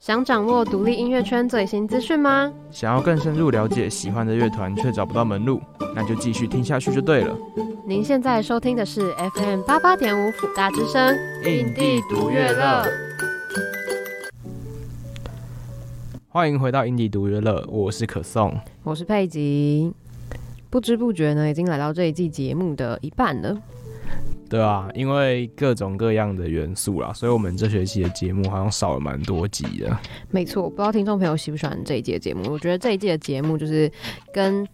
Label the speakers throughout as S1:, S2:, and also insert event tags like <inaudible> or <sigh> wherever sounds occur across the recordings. S1: 想掌握独立音乐圈最新资讯吗？
S2: 想要更深入了解喜欢的乐团却找不到门路，那就继续听下去就对了。
S1: 您现在收听的是 FM 八八点五辅大之声，
S2: 印地独乐乐。欢迎回到印地独乐乐，我是可颂。
S1: 我是佩吉。不知不觉呢，已经来到这一季节目的一半了。
S2: 对啊，因为各种各样的元素啦，所以我们这学期的节目好像少了蛮多集的。
S1: 没错，不知道听众朋友喜不喜欢这一季的节目？我觉得这一季的节目就是跟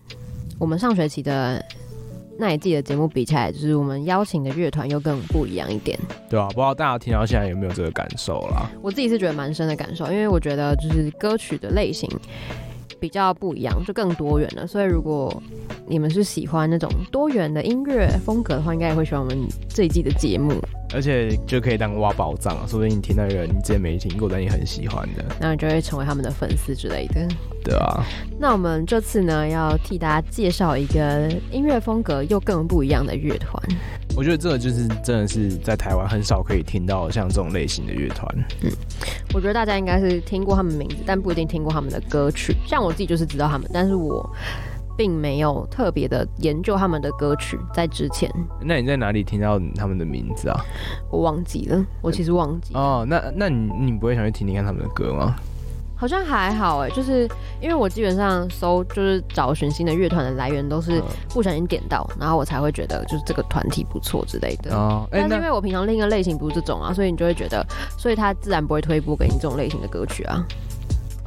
S1: 我们上学期的那一季的节目比起来，就是我们邀请的乐团又更不一样一点。
S2: 对啊，不知道大家听到现在有没有这个感受啦？
S1: 我自己是觉得蛮深的感受，因为我觉得就是歌曲的类型比较不一样，就更多元了。所以如果你们是喜欢那种多元的音乐风格的话，应该也会喜欢我们这一季的节目。
S2: 而且就可以当挖宝藏啊，说不定你听到一个你之前没听过但你很喜欢的，
S1: 那你就会成为他们的粉丝之类的。
S2: 对啊。
S1: 那我们这次呢，要替大家介绍一个音乐风格又更不一样的乐团。
S2: 我觉得这个就是真的是在台湾很少可以听到像这种类型的乐团。
S1: 我觉得大家应该是听过他们名字，但不一定听过他们的歌曲。像我自己就是知道他们，但是我并没有特别的研究他们的歌曲。在之前
S2: 那你在哪里听到他们的名字啊？
S1: 我忘记了，我其实忘记了，
S2: 哦，那那你你不会想去听听看他们的歌吗？
S1: 好像还好哎、就是因为我基本上搜就是找寻新的乐团的来源都
S2: 嗯哦
S1: 是不小心点到，然后我才会觉得就是这个团体不错之类的。
S2: 哦，哎、
S1: 但是因
S2: 那
S1: 为我平常另一个类型不是这种啊，所以你就会觉得，所以他自然不会推播给你这种类型的歌曲啊。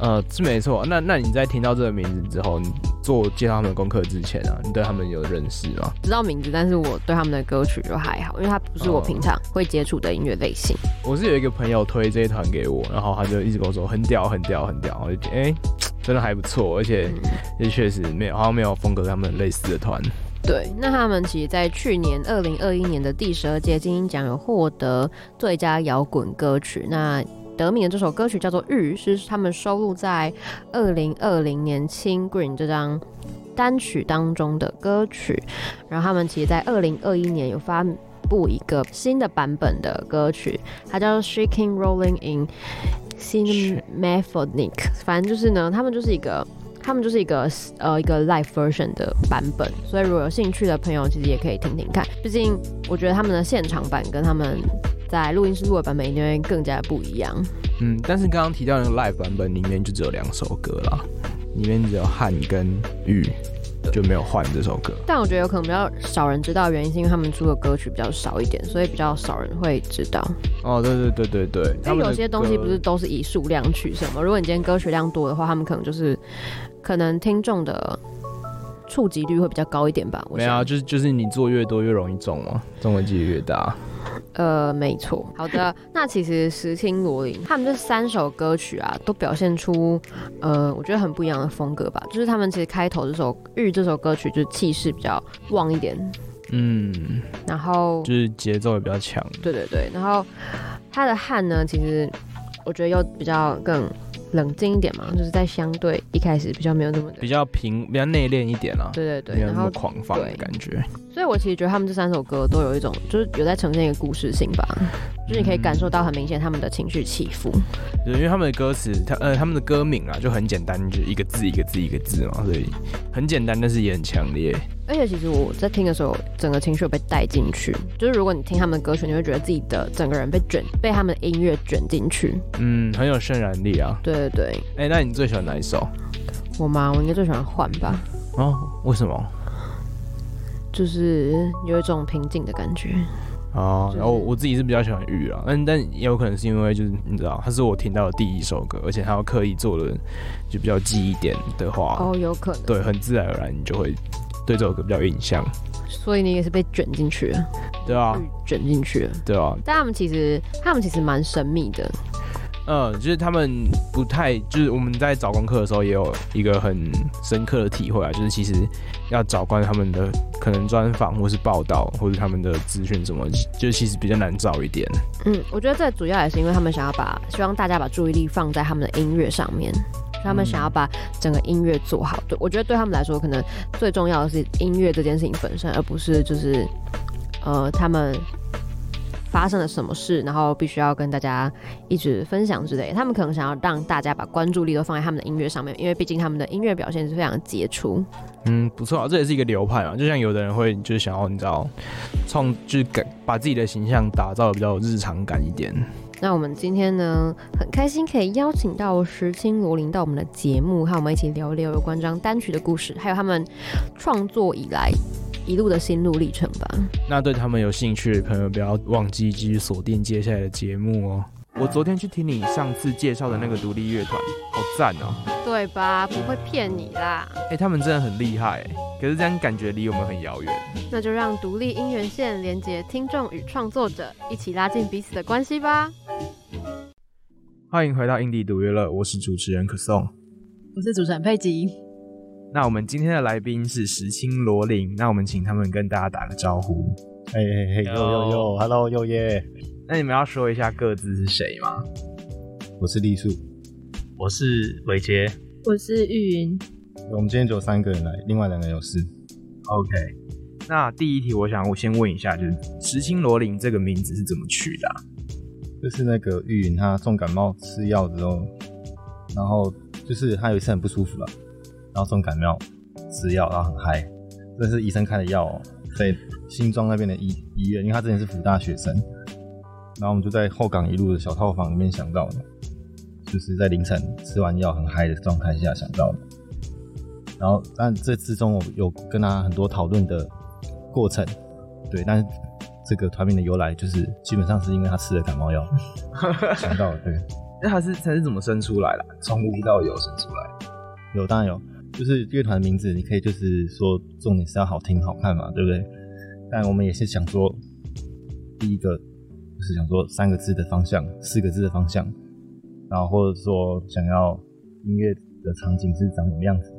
S2: 呃是没错。那那你在听到这个名字之后，你做介绍他们的功课之前啊，你对他们有认识吗？
S1: 知道名字，但是我对他们的歌曲就还好，因为它不
S2: 哦
S1: 是我平常会接触的音乐类型。
S2: 我是有一个朋友推这一团给我，然后他就一直跟我说很屌很屌很屌，我就觉得哎、真的还不错，而且
S1: 嗯
S2: 也确实没有好像没有风格跟他们类似的团。
S1: 对，那他们其实在去年二零二一年的第十二届金鹰奖有获得最佳摇滚歌曲。那得名的这首歌曲叫做《日》，是他们收录在二零二零年《青 Green》这张单曲当中的歌曲。然后他们其实，在二零二一年有发布一个新的版本的歌曲，它叫《Shaking Rolling in Cinemaphonic》。反正就是呢，他们就是一个。他们就是一个呃一个 live version 的版本，所以如果有兴趣的朋友，其实也可以听听看。毕竟我觉得他们的现场版跟他们在录音室录的版本一定会更加不一样。
S2: 嗯，但是刚刚提到那个 live 版本里面就只有两首歌啦，里面只有汉跟玉，就没有换这首歌。
S1: 但我觉得有可能比较少人知道，的原因是因为他们出的歌曲比较少一点，所以比较少人会知道。
S2: 哦，对对对对对，他
S1: 因为
S2: 们的
S1: 嗯有些东西
S2: 歌
S1: 不是都是以数量取胜吗？如果你今天歌曲量多的话，他们可能就是可能听众的触及率会比较高一点吧。我
S2: 没有、啊，
S1: 想，
S2: 就是就是你做越多越容易中嘛，中的几率越大。
S1: 呃，没错。好的，那其实石青罗琳他们这三首歌曲啊，都表现出呃，我觉得很不一样的风格吧。就是他们其实开头这首《日》这首歌曲，就是气势比较旺一点，
S2: 嗯，
S1: 然后
S2: 就是节奏也比较强。
S1: 对对对，然后他的汗呢，其实我觉得又比较更冷静一点嘛，就是在相对一开始比较没有那么的
S2: 比，较平，比较内敛一点啦、
S1: 对对对，
S2: 没有
S1: 然
S2: 那么
S1: 后
S2: 狂放的
S1: 对
S2: 感觉。
S1: 所以我其实觉得他们这三首歌都有一种，就是有在呈现一个故事性吧，就是你可以感受到很明显他们的情绪起伏。
S2: 对，因为他们的歌词，他呃他们的歌名啊就很简单，就一个字一个字一个字嘛，所以很简单，但是也很强烈。
S1: 而且其实我在听的时候，整个情绪有被带进去，就是如果你听他们的歌曲，你会觉得自己的整个人被卷，被他们的音乐卷进去。
S2: 嗯，很有渲染力啊。
S1: 对对对，
S2: 哎、那你最喜欢哪一首？
S1: 我妈我应该最喜欢换吧，
S2: 哦，为什么？
S1: 就是有一种平静的感觉。
S2: 哦，
S1: 就是
S2: 然后我自己是比较喜欢雨啊，但但也有可能是因为就是你知道，它是我听到的第一首歌，而且它要刻意做的就比较记忆点的话，
S1: 哦，有可能。
S2: 啊对，很自然而然你就会对这首歌比较有印象，
S1: 所以你也是被卷进去了，
S2: 对啊
S1: 被，卷进去了。
S2: 对啊，
S1: 但他们其实，他们其实蛮神秘的，
S2: 嗯，就是他们不太，就是我们在找功课的时候也有一个很深刻的体会啊，就是其实要找关于他们的可能专访或是报道或者他们的资讯什么，就其实比较难找一点，
S1: 嗯，我觉得这主要也是因为他们想要把，希望大家把注意力放在他们的音乐上面，他们想要把整个音乐做好。对，我觉得对他们来说，可能最重要的是音乐这件事情本身，而不是就是呃他们发生了什么事，然后必须要跟大家一直分享之类的。他们可能想要让大家把关注力都放在他们的音乐上面，因为毕竟他们的音乐表现是非常杰出。
S2: 嗯，不错啊，这也是一个流派嘛。就像有的人会就是想要你知道，创就是感把自己的形象打造的比较有日常感一点。
S1: 那我们今天呢，很开心可以邀请到石青罗琳到我们的节目，和我们一起聊一聊有关这张单曲的故事，还有他们创作以来一路的心路历程吧。
S2: 那对他们有兴趣的朋友，不要忘记继续锁定接下来的节目哦。我昨天去听你上次介绍的那个独立乐团，好赞哦！
S1: 对吧？不会骗你啦。
S2: 哎、他们真的很厉害，可是这样感觉离我们很遥远。
S1: 那就让独立音源线连接听众与创作者，一起拉近彼此的关系吧。
S2: 欢迎回到印地独乐乐，我是主持人可颂。
S3: 我是主持人佩吉。
S2: 那我们今天的来宾是石青罗琳，那我们请他们跟大家打个招呼。
S4: 嘿嘿嘿，又又又，Hello 又耶，
S2: 那你们要说一下各自是谁吗？
S4: 我是栗树。
S5: 我是伟杰，
S3: 我是玉云，
S4: 我们今天只有三个人来，另外两个人有事。
S2: OK，那第一题我想我先问一下，就是石青罗琳这个名字是怎么取的啊、
S4: 就是那个玉云，他重感冒吃药之后，然后就是他有一次很不舒服了，然后重感冒吃药，然后很嗨，这是医生开的药、哦，在新庄那边的医医院，因为他之前是福大学生，然后我们就在后港一路的小套房里面想到的，就是在凌晨吃完药很嗨的状态下想到的。然后，但这之中我有跟他很多讨论的过程，对，但是这个团名的由来就是基本上是因为他吃了感冒药想到的，对。
S2: 那它是它是怎么生出来的啊？从无到有生出来。
S4: 有当然有，就是乐团的名字，你可以就是说重点是要好听好看嘛，对不对？但我们也是想说，第一个就是想说三个字的方向，四个字的方向，然后或者说想要音乐的场景是长什么样子，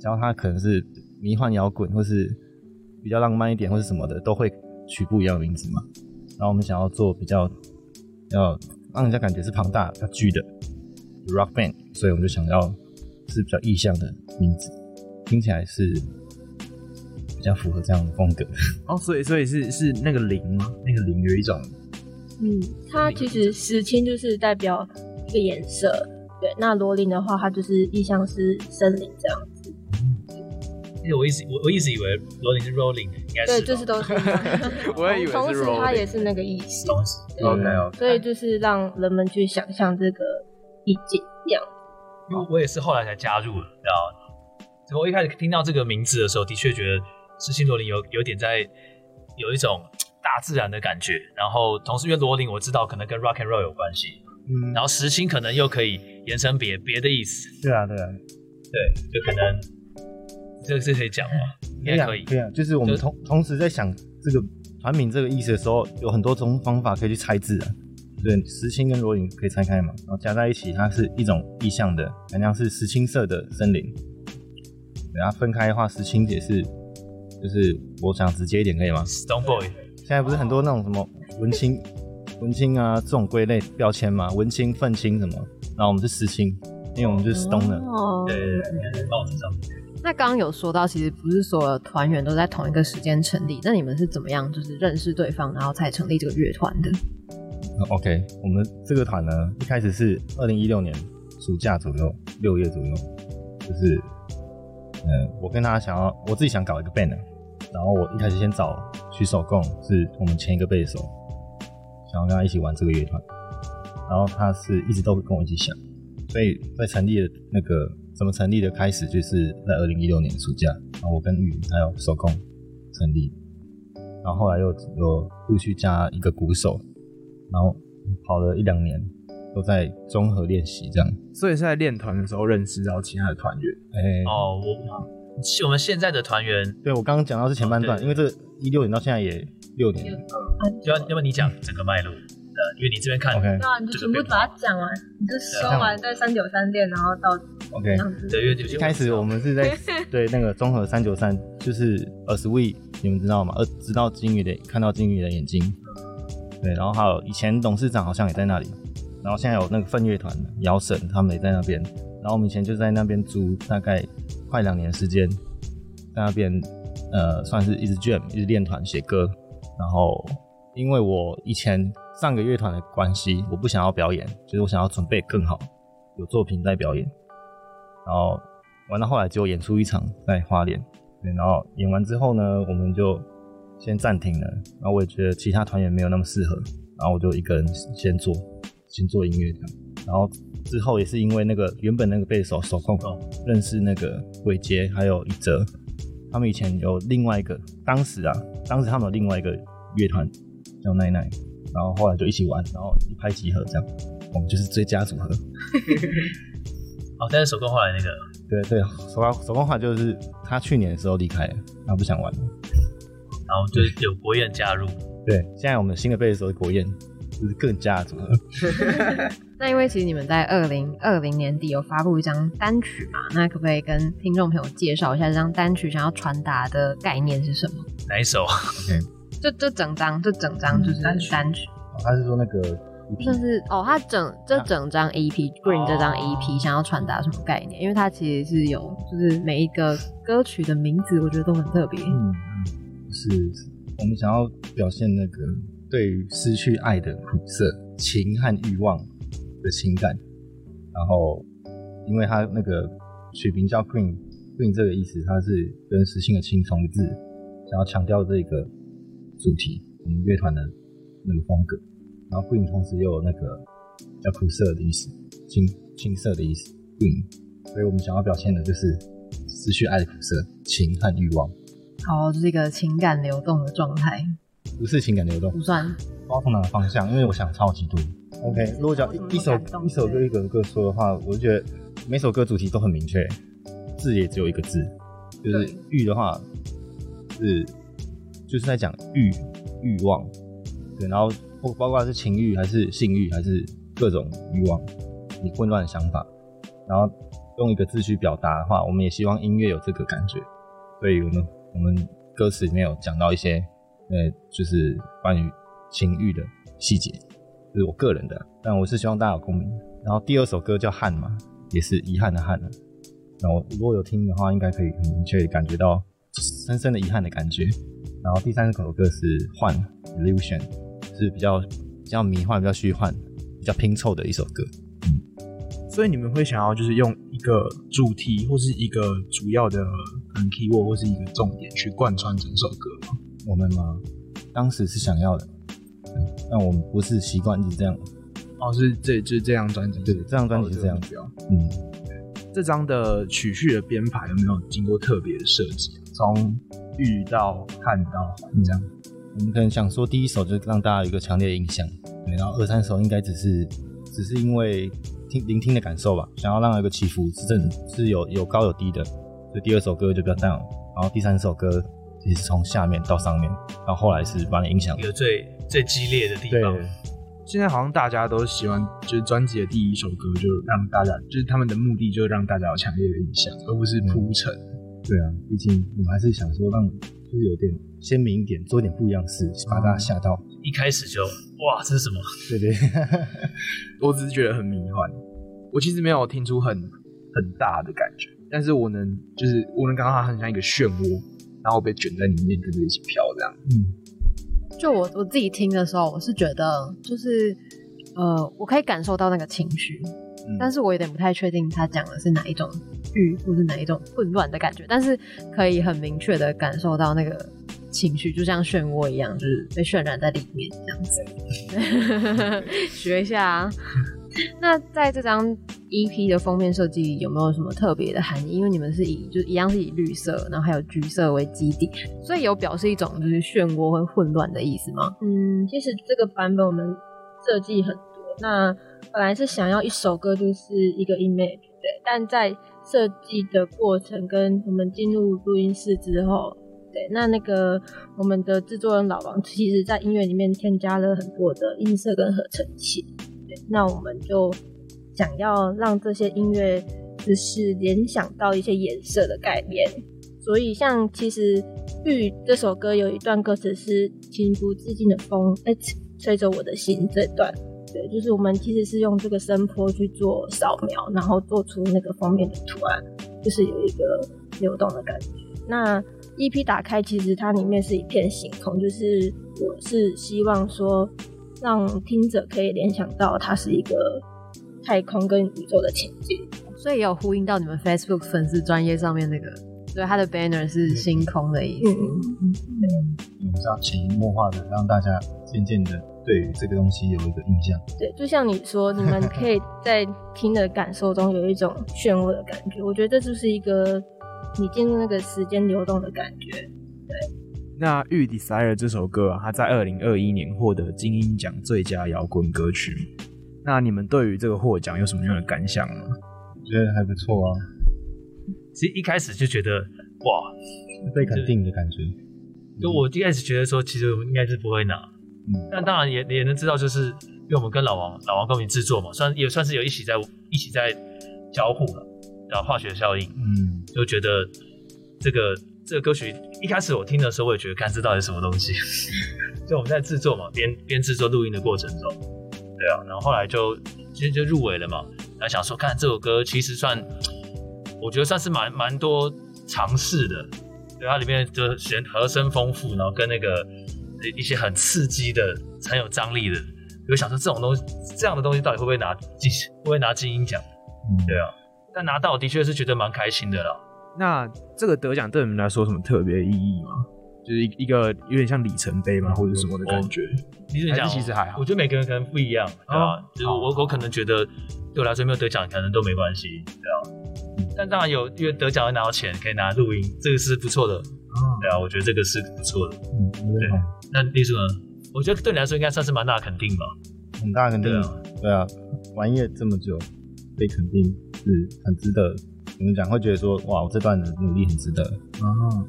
S4: 想要它可能是迷幻摇滚，或是比较浪漫一点，或是什么的，都会取不一样的名字嘛。然后我们想要做比较要让人家感觉是庞大、比较巨的 rock band，所以我们就想要是比较意象的名字，听起来是比较符合这样的风格。
S2: 哦，所以所以是是那个灵吗？那个灵有一种
S3: 嗯，它其实石青就是代表一个颜色，对。那罗琳的话，它就是意象是森林这样，
S5: 因哎为我一直我我一直以为 rolling 是 rolling，的应该
S3: 对，
S5: 吧
S3: 就是都是一样的 <laughs>
S2: 我也以为是
S3: 同时
S2: rolling
S3: 它也是那个意思，
S5: 东西。
S2: OK 哦 OK，
S3: 所以就是让人们去想象这个意境这样。
S5: 因为我也是后来才加入的，然后所以我一开始听到这个名字的时候，的确觉得石青罗林有有点在有一种大自然的感觉，然后同时因为罗林我知道可能跟 rock and roll 有关系，
S4: 嗯
S5: 然后石青可能又可以延伸别别的意思，
S4: 对啊，对啊，
S5: 对，就可能这个是可以讲吗？应该可以。
S4: 对啊，就是我们
S5: 就
S4: 同同时在想这个团名这个意思的时候，有很多种方法可以去猜字啊。对，石青跟罗隐可以拆开嘛，然后加在一起，它是一种意象的，好像是石青色的森林。对，它分开的话，石青也是，就是我想直接一点可以吗？
S5: Stone Boy，
S4: 现在不是很多那种什么文青、文青啊这种归类标签嘛，文青、愤青什么，然后我们是石青，因为我们就是 stoner，、
S3: 哦，
S5: 对对对，对报纸上
S6: 那刚刚有说到，其实不是所有团员都在同一个时间成立。那你们是怎么样，就是认识对方，然后才成立这个乐团的？
S4: OK，我们这个团呢，一开始是二零一六年暑假左右，六月左右，就是，呃，我跟他想要，我自己想搞一个 band，啊然后我一开始先找徐守贡，是我们前一个贝斯手，想要跟他一起玩这个乐团，然后他是一直都跟我一起想，所以在成立的那个怎么成立的开始，就是在二零一六年暑假，然后我跟玉云还有守贡成立，然后后来又有陆续加一个鼓手，然后跑了一两年，都在综合练习这样。
S2: 所以是在练团的时候认识到其他的团员。
S4: 哎、
S5: 哦，我我们现在的团员，
S4: 对我刚刚讲到是前半段，
S5: 哦对
S4: 因为这一六年到现在也六年了
S5: 要要不你讲整个脉络，呃，因为你这边看
S4: ，OK
S3: 那啊你就全部把它讲完，你就
S1: 啊
S3: 收完在三九三店，然后到
S4: OK
S3: 这。样子。
S5: 对，因为有些
S4: 一开始我们是
S5: <laughs>
S4: 在
S3: <laughs>
S4: 对那个综合三九三，就是二十 we，你们知道吗？呃，知道金鱼的，看到金鱼的眼睛。对，然后还有以前董事长好像也在那里，然后现在有那个奋乐团姚沈他们也在那边，然后我们以前就在那边租大概快两年时间，在那边呃算是一直 jam 一直练团写歌，然后因为我以前上个乐团的关系，我不想要表演，就是我想要准备更好，有作品再表演。然后玩到后来只有演出一场在花莲，对，然后演完之后呢，我们就先暂停了。然后我也觉得其他团员没有那么适合，然后我就一个人先做，先做音乐这样。然后之后也是因为那个原本那个贝斯手手控
S5: 哦
S4: 认识那个伟杰还有一哲，他们以前有另外一个，当时啊，当时他们有另外一个乐团叫奈奈，然后后来就一起玩，然后一拍即合这样，我们就是最佳组合。
S5: 哦，但是手工后来那个
S4: 对对，手工手工话就是他去年的时候离开了，他不想玩了。
S5: 然后就是有国宴加入，
S4: 对，现在我们新的贝斯手是国宴，就是更加的组合。
S1: 那因为其实你们在二零二零年底有发布一张单曲嘛，那可不可以跟听众朋友介绍一下这张单曲想要传达的概念是什么？
S5: 哪一首？
S1: 就这整张，这整张就是嗯单曲，
S4: 他是说那个
S1: 算是哦，它整这整张 EP、Green
S5: 哦
S1: 这张 EP 想要传达什么概念？因为它其实是有，就是每一个歌曲的名字，我觉得都很特别。
S4: 嗯，嗯是我们想要表现那个对于失去爱的苦涩、情和欲望的情感。然后，因为它那个取名叫 “green”，“green” 这个意思，它是跟实性的“青”重字，想要强调这个主题，我们乐团的那个风格。然后 “green” 同时又有那个比较苦涩的意思，青青涩的意思，“green”。所以我们想要表现的就是失去爱的苦涩、情和欲望。
S1: 好，就是一个情感流动的状态，
S4: 不是情感流动，
S1: 不算
S4: 包括哪个方向？因为我想超级多。OK，如果讲一一首一首歌一首歌说的话，我就觉得每首歌主题都很明确，字也只有一个字，就是欲的话是就是在讲欲欲望，对，然后包包括是情欲还是性欲还是各种欲望，你混乱的想法，然后用一个字去表达的话，我们也希望音乐有这个感觉，所以我们我们歌词里面有讲到一些呃，就是关于情欲的细节，就是我个人的，但我是希望大家有共鸣。然后第二首歌叫《憾》嘛，也是遗憾的憾啊。然后如果有听的话，应该可以很明确地感觉到深深的遗憾的感觉。然后第三首歌是《幻 Illusion》，是比较比较迷幻、比较虚幻、比较拼凑的一首歌。
S2: 所以你们会想要就是用一个主题或是一个主要的可能 keyword 或是一个重点去贯穿整首歌吗？
S4: 我们嘛，当时是想要的，嗯但我们不是习惯一直这样。
S2: 哦，是这就是这张专辑，
S4: 对这张专辑是这样
S2: 子。
S4: 嗯，
S2: 这张的曲序的编排有没有经过特别的设计啊？从遇到看到这样，
S4: 我们可能想说第一首就让大家有一个强烈的印象，对，然后二三首应该只是只是因为听聆听的感受吧，想要让有一个起伏是正是有有高有低的，所以第二首歌就比较 down，然后第三首歌其实是从下面到上面，然后后来是把你影响
S5: 一。个最最激烈的地
S4: 对，
S5: 方。
S2: 现在好像大家都喜欢，就是专辑的第一首歌就让大家，就是他们的目的就是让大家有强烈的印象，而不是铺陈。
S4: 对啊，毕竟我们还是想说让就是有点鲜明一点，做一点不一样的事，把大家吓到。
S5: 一开始就哇，这是什么？
S4: 对对，
S2: 我只是觉得很迷幻，我其实没有听出很很大的感觉，但是我能就是我能感到它很像一个漩涡，然后我被卷在里面，跟着一起飘这样。
S1: 就我我自己听的时候，我是觉得就是呃，我可以感受到那个情绪，
S4: 嗯
S1: 但是我有点不太确定他讲的是哪一种欲或是哪一种混乱的感觉，但是可以很明确的感受到那个情绪，就像漩涡一样，就是被渲染在里面这样子。 <laughs> 学一下、啊。那在这张 EP 的封面设计有没有什么特别的含义？因为你们是以就一样是以绿色，然后还有橘色为基底，所以有表示一种就是漩涡会混乱的意思吗？
S6: 嗯，其实这个版本我们设计很多，那本来是想要一首歌就是一个 image，对，但在设计的过程跟我们进入录音室之后，对，那那个我们的制作人老王，其实在音乐里面添加了很多的音色跟合成器，对，那我们就想要让这些音乐就是联想到一些颜色的概念，所以像其实《玉》这首歌有一段歌词是“情不自禁的风，哎、吹着我的心”这段，对，就是我们其实是用这个声波去做扫描，然后做出那个封面的图案，就是有一个 E 流动的感觉。那 EP 打开，其实它里面是一片星空，就是我是希望说，让听者可以联想到它是一个太空跟宇宙的情境。
S1: 所以也有呼应到你们 Facebook 粉丝专业上面那个，对，它的 banner 是星空的意思。
S6: 嗯，
S4: <laughs> 我们是要潜移默化的让大家渐渐的对于这个东西有一个印象。
S6: 对，就像你说，你们可以在听的感受中有一种漩涡的感觉。我觉得这就是一个你进入那个时间流动的感觉。
S2: 那《玉 Desire》这首歌啊，它在二零二一年获得金鹰奖最佳摇滚歌曲。那你们对于这个获奖有什么样的感想吗？
S4: 我觉得还不错啊，
S5: 其实一开始就觉得哇，
S4: 被肯定的感觉。
S5: 就我一开始觉得说，其实我应该是不会拿，
S4: 嗯
S5: 但当然也也能知道，就是因为我们跟老王老王共同制作嘛，算也算是有一起在一起在交互了，然后化学效应，
S4: 嗯，
S5: 就觉得这个这个歌曲一开始我听的时候，我也觉得看这到底是什么东西， <laughs> 就我们在制作嘛，边边制作录音的过程中，对啊，然后后来就其实就入围了嘛，然后想说看这首歌其实算，我觉得算是蛮蛮多尝试的，对它里面的弦和声丰富，然后跟那个一些很刺激的、很有张力的，有想说这种东西这样的东西到底会不会拿金会不会拿金鹰奖？对啊，但拿到的确是觉得蛮开心的啦。
S2: 那这个得奖对你们来说有什么特别的意义吗？就是一一个有点像里程碑吗，或者什么哦的感觉？
S5: 你是
S2: 还
S5: 讲
S2: 是其实还好哦
S5: 我觉得每个人可能不一样，对吧、就是我我可能觉得对我来说没有得奖可能都没关系，对吧、但当然有，因为得奖会拿到钱，可以拿录音，这个是不错的，
S2: 嗯
S5: 对啊，我觉得这个是不错的。
S4: 嗯，对，
S5: 那丽叔呢？我觉得对你来说应该算是蛮大的肯定吧。
S4: 很大
S2: 嗯
S4: 肯定
S5: 对啊。
S4: 对啊，玩乐这么久，被肯定是很值得。怎么讲？会觉得说，哇，我这段的努力很值得。
S2: 哦，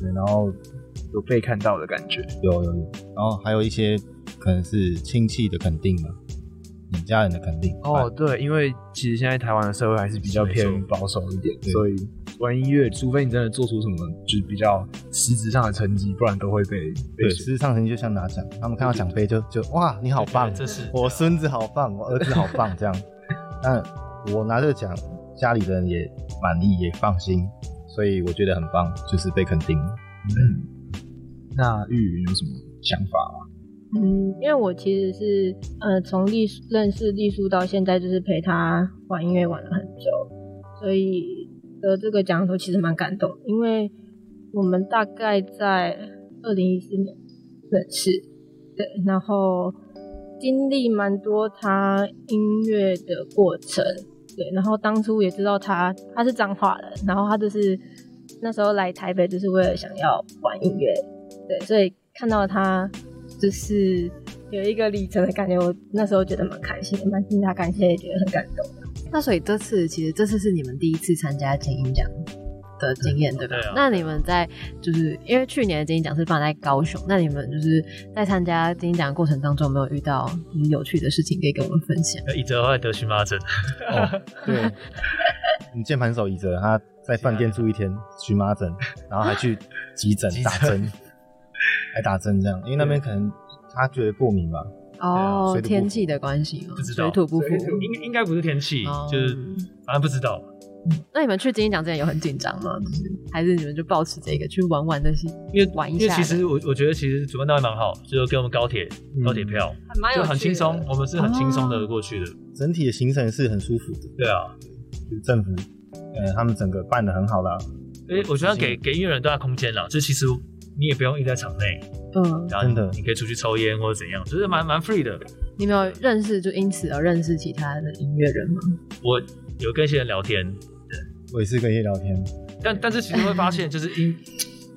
S4: 对，然后
S2: 有被看到的感觉。
S4: 有有有，然后还有一些可能是亲戚的肯定吧，你家人的肯定。啊
S2: 哦，对，因为其实现在台湾的社会还是比较
S5: 没
S2: 偏
S5: 错
S2: 保守一点，
S4: 对
S2: 所以玩音乐，除非你真的做出什么就是比较实质上的成绩，不然都会被被
S4: 对，事实上成绩就像拿奖，他们看到奖杯就就哇，你好棒，
S5: 这是啊
S4: 我孙子好棒，我儿子好
S5: <laughs>
S4: 棒，这样。但我拿这个奖，家里的人也满意，也放心，所以我觉得很棒，就是被肯定。
S2: 嗯，那玉云有什么想法吗？
S6: 嗯，因为我其实是呃从丽树认识丽叔到现在，就是陪他玩音乐玩了很久，所以得这个奖的时候其实蛮感动，因为我们大概在二零一四年认识，对，然后经历蛮多他音乐的过程，对，然后当初也知道他他是彰化人，然后他就是那时候来台北就是为了想要玩音乐，对，所以看到他就是有一个里程的感觉，我那时候觉得蛮开心的，蛮替他感谢，也觉得很感动。
S1: 那所以这次其实这次是你们第一次参加金鹰奖的经验，对吧？
S5: 对啊
S1: 那你们在就是因为去年的金鹰奖是办在高雄，那你们就是在参加金鹰奖的过程当中，有没有遇到就是有趣的事情可以跟我们分享？
S5: 一折坏得荨麻疹， <laughs>
S4: 对，你键盘手乙哲他在饭店住一天，荨麻
S5: <laughs>
S4: 疹，然后还去急诊
S5: 急诊
S4: 打
S5: <laughs>
S4: 针，还打针这样，因为那边可能他觉得过敏吧，
S1: 哦，
S4: 水土不服
S1: 天气的关系吗
S5: 不？知道
S1: 水土不服。
S5: 应该应该不是天气，
S1: 哦
S5: 就是反正不知道。
S1: 那你们去金鹰奖之前有很紧张吗？就是还是你们就抱持这个去玩玩的心？
S5: 因为
S1: 玩一
S5: 因为
S1: 下
S5: 其实我我觉得其实主办单位蛮好，就是给我们高铁
S2: 嗯
S5: 高铁票，
S6: 还蛮有趣
S5: 就
S6: 的
S5: 很轻松，我们是很轻松
S1: 哦
S5: 的过去的。
S4: 整体的行程是很舒服的，
S5: 对啊，
S4: 就是政府，呃，他们整个办的很好啦，
S5: 因为我觉得给
S4: 嗯
S5: 给音乐人多大空间了，就其实你也不用一直在场内，
S1: 嗯，
S5: 然后
S4: 真的
S5: 你你可以出去抽烟或者怎样，就是蛮蛮 free 的。
S1: 你们有认识就因此而认识其他的音乐人吗？
S5: 我有跟一些人聊天，
S4: 我也是跟你聊天，
S5: 但但是其实会发现，就是音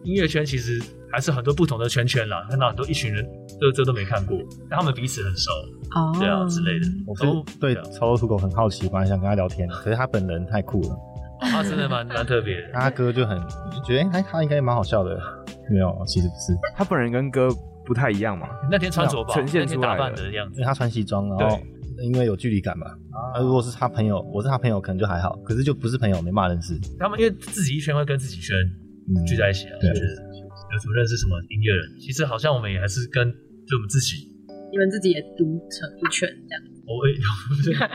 S5: 音乐圈其实还是很多不同的圈圈啦，看到很多一群人这这都没看过，但他们彼此很熟，
S1: 哦，
S5: 对
S2: 嗯
S5: 啊之类的。
S4: 我
S5: 哦
S4: 是对
S5: 啊
S4: 超土狗很好奇，本来想跟他聊天，可是他本人太酷了，
S5: 他啊真的蛮蛮特别
S2: 啊
S5: 的。
S4: 他哥就很就觉得，哎、他应该蛮好笑的，没有，其实不是，
S2: 他本人跟歌不太一样嘛，
S5: 那天穿着吧，
S2: 呈现
S5: 那天
S2: 出来
S5: 打
S2: 了
S5: 扮的样
S4: 因
S5: 子
S4: 为，他穿西装，然后因为有距离感嘛，啊，如果是他朋友，我是他朋友，可能就还好，可是就不是朋友，没骂认识，
S5: 他们因为自己一圈会跟自己圈
S4: 嗯，
S5: 聚在一起啊，就
S4: 对
S5: 是有什么认识什么音乐人，其实好像我们也还是跟就我们自己
S1: 你们自己也独成一圈这样。
S5: 我会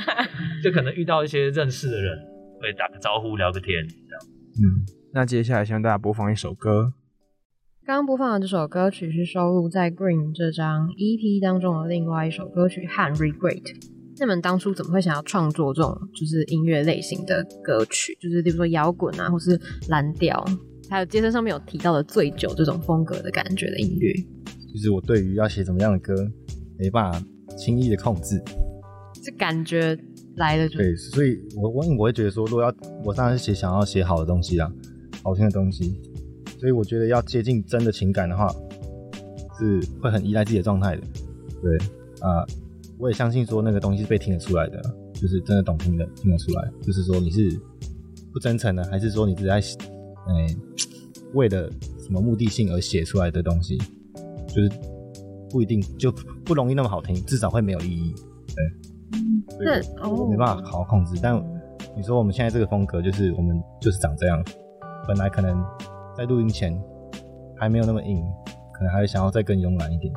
S5: <laughs> 就可能遇到一些认识的人，会打个招呼、聊个天。
S4: 嗯，
S2: 那接下来向大家播放一首歌，
S6: 刚刚播放的这首歌曲是收录在 Green 这张 EP 当中的另外一首歌曲《和 Regret》。那你们当初怎么会想要创作这种就是音乐类型的歌曲？就是比如说摇滚啊，或是蓝调，还有街声上面有提到的醉酒这种风格的感觉的音乐。
S4: 就是我对于要写怎么样的歌，没办法轻易的控制。
S6: 这感觉来了就
S4: 对，所以我我我会觉得说，如果要我当然是写想要写好的东西啦，好听的东西。所以我觉得要接近真的情感的话，是会很依赖自己的状态的。对啊、我也相信说那个东西是被听得出来的，啊就是真的懂听的听得出来，就是说你是不真诚的，还是说你只是在哎、为了什么目的性而写出来的东西，就是不一定就不容易那么好听，至少会没有意义。对，所以
S6: 那
S4: 我
S6: 哦
S4: 我没办法好好控制。但你说我们现在这个风格，就是我们就是长这样。本来可能在录音前还没有那么硬，可能还想要再更慵懒一点。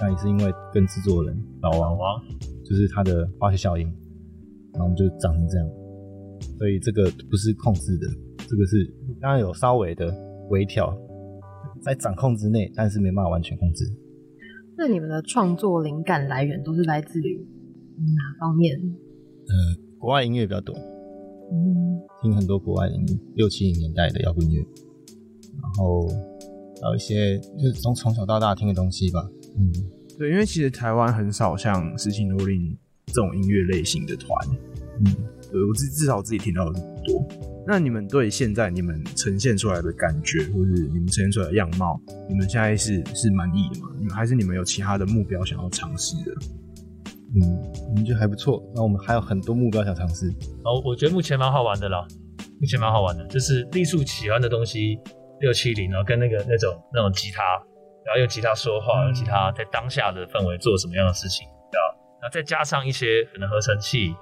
S4: 那也是因为跟制作人老王，
S5: 王
S4: 就是他的化学效应，然后我们就长成这样。所以这个不是控制的，这个是当然有稍微的微调，在掌控之内，但是没办法完全控制。
S6: 那你们的创作灵感来源都是来自于哪方面？
S4: 呃国外音乐比较多，
S6: 嗯，
S4: 听很多国外的音乐，六七零年代的摇滚乐，然后还有一些就是从从小到大听的东西吧。嗯，
S2: 对，因为其实台湾很少像实情罗林这种音乐类型的团，
S4: 嗯，
S2: 对我至至少自己听到的不多。那你们对现在你们呈现出来的感觉，或是你们呈现出来的样貌，你们现在是是满意的吗？你们还是你们有其他的目标想要尝试的？
S4: 嗯，我们觉得还不错。那我们还有很多目标想尝试。
S5: 哦，我觉得目前蛮好玩的啦，目前蛮好玩的，就是栗树喜欢的东西六七零，然后跟那个那种那种吉他，然后用吉他说话，用吉他在当下的氛围做什么样的事情，对吧？然后再加上一些可能合成器，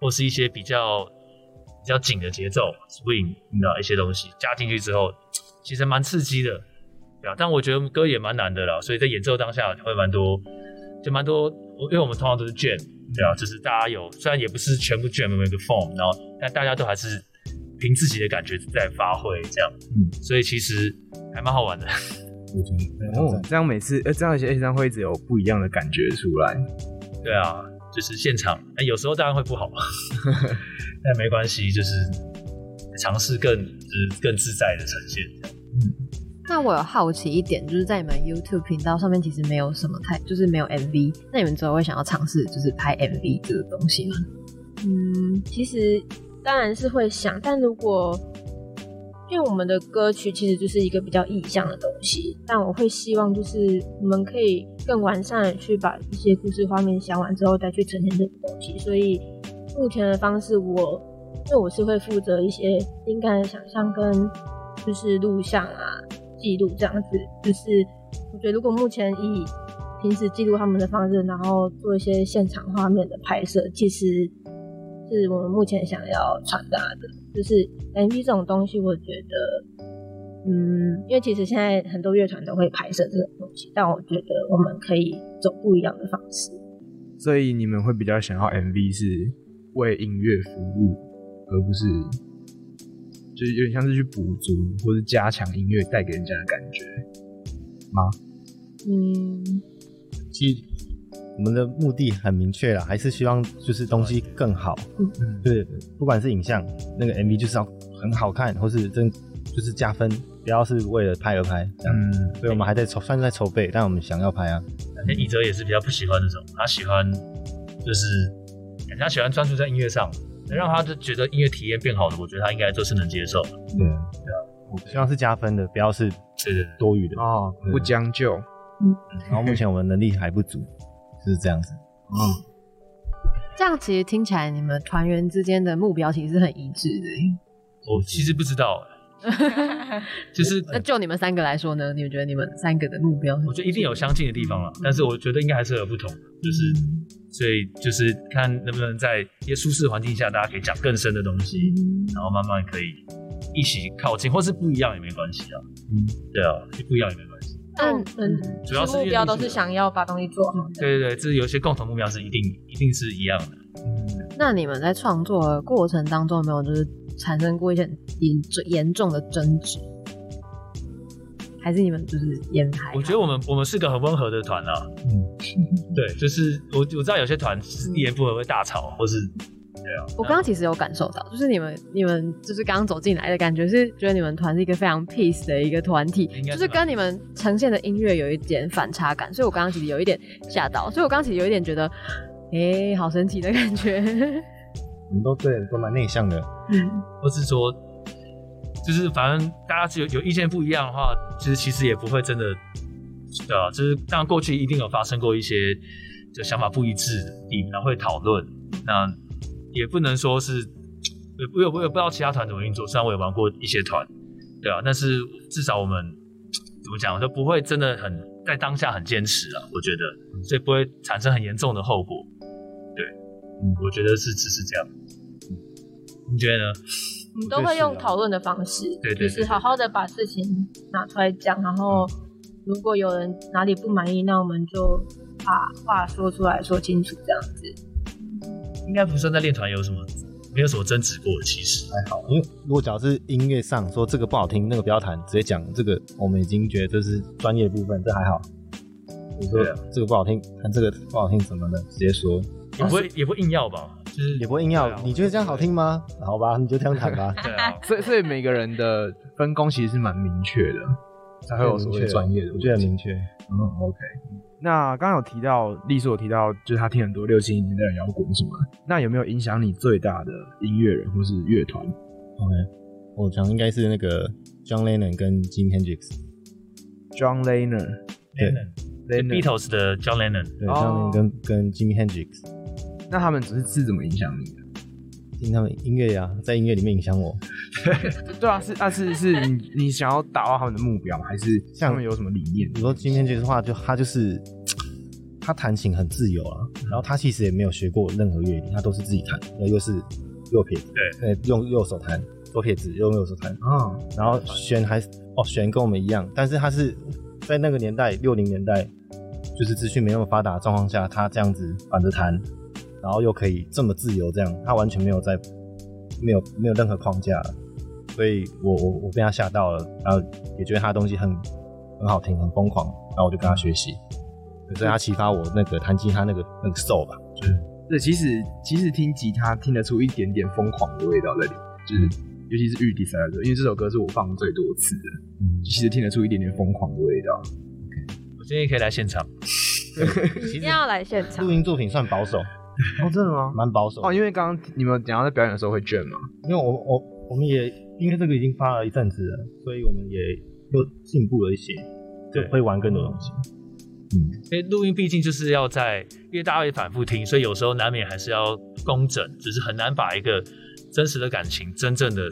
S5: 或是一些比较比较紧的节奏 swing 的一些东西加进去之后，其实蛮刺激的，对啊，但我觉得歌也蛮难的啦，所以在演奏当下会蛮多，就蛮多，我因为我们通常都是卷，对啊，就是大家有虽然也不是全部卷，每个 form，然后但大家都还是凭自己的感觉在发挥这样，
S4: 嗯，
S5: 所以其实还蛮好玩的，
S4: 我觉得很
S2: 哦
S4: 赞，
S2: 这样每次，呃，这样一些演唱会一直有不一样的感觉出来。
S5: 对啊，就是现场，哎、有时候当然会不好，但没关系，就是尝试更就是更自在的呈现。
S6: 那我有好奇一点，就是在你们 YouTube 频道上面，其实没有什么太，就是没有 MV。那你们之后会想要尝试就是拍 MV 这个东西吗？
S3: 嗯，其实当然是会想，但如果因为我们的歌曲其实就是一个比较意象的东西，但我会希望就是我们可以更完善的去把一些故事画面想完之后再去呈现这个东西。所以目前的方式我，因为我是会负责一些灵感的想象跟就是录像啊记录这样子，就是我觉得如果目前以平时记录他们的方式，然后做一些现场画面的拍摄，其实是我们目前想要传达的。就是 MV 这种东西，我觉得，嗯，因为其实现在很多乐团都会拍摄这种东西，但我觉得我们可以走不一样的方式。
S2: 所以你们会比较想要 MV 是为音乐服务，而不是就是有点像是去补足或是加强音乐带给人家的感觉。
S3: 嗯，
S4: 其实我们的目的很明确了，还是希望就是东西更好。
S2: 嗯，
S4: 对，不管是影像那个 MV 就是要很好看，或是真就是加分，不要是为了拍而拍这样。
S2: 嗯，
S4: 所以我们还在筹，算是在筹备，但我们想要拍啊。
S5: 那以哲也是比较不喜欢这种，他喜欢就是感觉他喜欢专注在音乐上，能让他就觉得音乐体验变好的，我觉得他应该都是能接受的。
S2: 嗯
S4: 对啊，希望是加分的，不要是
S5: 对对对，
S4: 多余的。
S2: 哦，不将就。
S4: 然后目前我们能力还不足，就是这样子。
S2: 嗯
S4: 嗯
S6: 这样其实听起来你们团员之间的目标其实是很一致的。欸
S5: 我其实不知 <laughs> 道，哎就是
S6: 那就你们三个来说呢，你们觉得你们三个的目标是
S5: 我觉得一定有相近的地方了，但是我觉得应该还是有不同，就是所以就是看能不能在一些舒适环境下，大家可以讲更深的东西，然后慢慢可以一起靠近，或是不一样也没关系啊。
S2: 嗯，
S5: 对啊，不一样也没关系。
S3: 但嗯，
S5: 主要是
S3: 目标都
S5: 因为
S3: 是
S5: 你
S3: 想要把东西做好。
S5: 对对对，这有一些共同目标是一定一定是一样的。
S6: 那你们在创作的过程当中，有没有就是产生过一些很严严重的争执？还是你们就是演
S3: 哎
S6: 台？
S5: 我觉得我们我们是个很温和的团啊，
S4: 嗯，
S5: 对，就是我我知道有些团是一言不合会大吵，或是
S6: 我刚刚其实有感受到，就是你们你们就是刚刚走进来的感觉是觉得你们团是一个非常 peace 的一个团体
S5: 应，该
S6: 就是是
S5: 吧
S6: 跟你们呈现的音乐有一点反差感，所以我刚刚其实有一点吓到，所以我刚刚其实有一点觉得，诶，好神奇的感觉。 <laughs>
S4: 你们都对，都蛮内向的，
S5: 或是说，就是反正大家只有有意见不一样的话，就是其实也不会真的，对啊，就是当然过去一定有发生过一些就想法不一致的地方，然后会讨论，那也不能说是，也不也不也不知道其他团怎么运作，虽然我也玩过一些团，对啊，但是至少我们怎么讲，就不会真的很在当下很坚持啊，我觉得，所以不会产生很严重的后果，对，嗯，我觉得是只是这样，嗯你觉得呢？
S3: 我们都会用讨论的方式，
S5: 对对对
S3: 就是好好的把事情拿出来讲，然后如果有人哪里不满意，那我们就把话说出来说清楚，这样子。
S5: 应该不算在练团有什么，没有什么争执过。其实
S4: 还好，因为如果只要是音乐上说这个不好听，那个不要弹，直接讲这个，我们已经觉得这是专业的部分，这还好。比如说
S5: 对啊
S4: 这个不好听，弹这个不好听什么的，直接说，
S5: 也不会也不会硬要吧，就是
S4: 也不会硬
S5: 对
S4: 要
S5: 啊。。
S4: 你觉得这样好听吗？好吧，你就这样弹吧 <laughs>
S5: 对啊，
S2: 所以所以每个人的分工其实是蛮明确的，才会有所谓专业的
S4: 我
S2: 问
S4: 觉得很
S2: 题。
S4: 明确。
S2: 嗯，OK。那刚刚有提到，丽素有提到，就是他听很多六七零年代的摇滚什么的，那有没有影响你最大的音乐人或是乐团？
S4: OK，我想应该是那个 John Lennon 跟 Jim Hendrix，
S2: John Lennon，
S4: 对
S5: Lennon，
S2: l e n n o n
S5: Beatles 的 John Lennon，
S4: 对、
S2: 哦
S4: John Lennon 跟跟 Jim Hendrix，
S2: 那他们只是是怎么影响你的？
S4: 听他们音乐呀、在音乐里面影响我。
S2: 对啊，是啊是是你你想要达到他们的目标吗，还是他们有什么理念？
S4: 你说今天这句话，就他就是他弹琴很自由啊，然后他其实也没有学过任何乐理，他都是自己弹，然后又是右撇子，对，用右手弹，左撇子用右手弹，
S2: 啊，
S4: 然后弦还是哦弦跟我们一样，但是他是在那个年代六零年代，就是资讯没那么发达的状况下，他这样子反着弹，然后又可以这么自由，这样他完全没有在没有没有任何框架，所以我我我被他吓到了，然后也觉得他的东西很很好听，很疯狂，然后我就跟他学习，所以他启发我那个弹吉他那个那个 soul 吧，
S2: 对，其实其实听吉他听得出一点点疯狂的味道在里面，就是尤其是玉迪塞来说，因为这首歌是我放最多次的，
S4: 嗯，
S2: 其实听得出一点点疯狂的味道。
S5: 我建议可以来现场。
S4: 其
S3: 一定
S4: 实
S3: 要来现
S1: 嗯
S3: 场
S4: 录，音作品算保守，
S2: 哦，真的吗？
S4: 蛮保守的
S2: 哦，因为刚刚你们讲到在表演的时候会卷嘛，
S4: 因为我我我们也因为这个已经发了一阵子了，所以我们也又进步了一些，
S5: 对
S4: 会玩更多东西。
S5: 因为录音毕竟就是要在，因为大家会反复听，所以有时候难免还是要工整，只是很难把一个真实的感情真正的，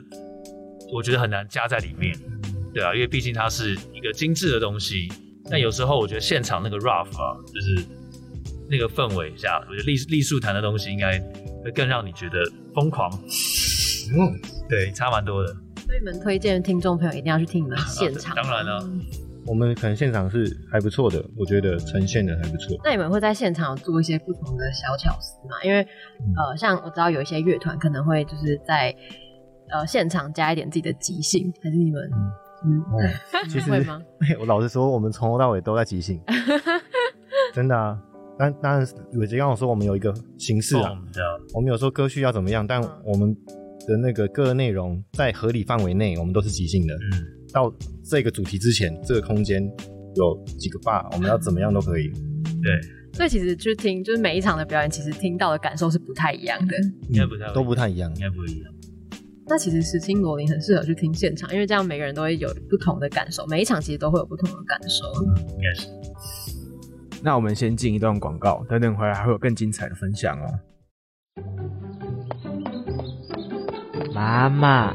S5: 我觉得很难加在里面。对啊，因为毕竟它是一个精致的东西。但有时候我觉得现场那个 rough 啊，就是那个氛围下，我觉得丽丽树弹的东西应该会更让你觉得疯狂。嗯，对，差蛮多的。啊
S6: 所以你们推荐听众朋友一定要去听你
S5: <laughs>
S6: 们现场。嗯
S5: 当然了，
S4: 我们可能现场是还不错的，我觉得呈现的还
S6: <laughs>
S4: 不错。
S6: 那你们会在现场有做一些不同的小巧思吗？因为
S5: 嗯
S6: 呃，像我知道有一些乐团可能会就是在呃现场加一点自己的即兴，还是你们嗯
S4: 哦，其实
S6: 会吗？
S4: 我老实说，我们从头到尾都在
S6: <laughs>
S4: 即兴，真的啊。但当然，伟杰刚我说我们有一个形式啊，
S5: 嗯对啊，
S4: 我们有时候歌序要怎么样，但我们的那个歌的内容在合理范围内，我们都是即兴的。
S5: 嗯，
S4: 到这个主题之前，这个空间有几个 bar，我们要怎么样都可以。
S5: 对，
S4: 嗯
S6: 所以其实去听，就是每一场的表演，其实听到的感受是不太一样的。
S5: 应该不太会
S4: 都不太一样
S5: 应。该不一样。
S6: 那其实石青罗林很适合去听现场，因为这样每个人都会有不同的感受，每一场其实都会有不同的感受。
S2: 那我们先进一段广告，等等回来还会有更精彩的分享哦。
S7: 妈妈，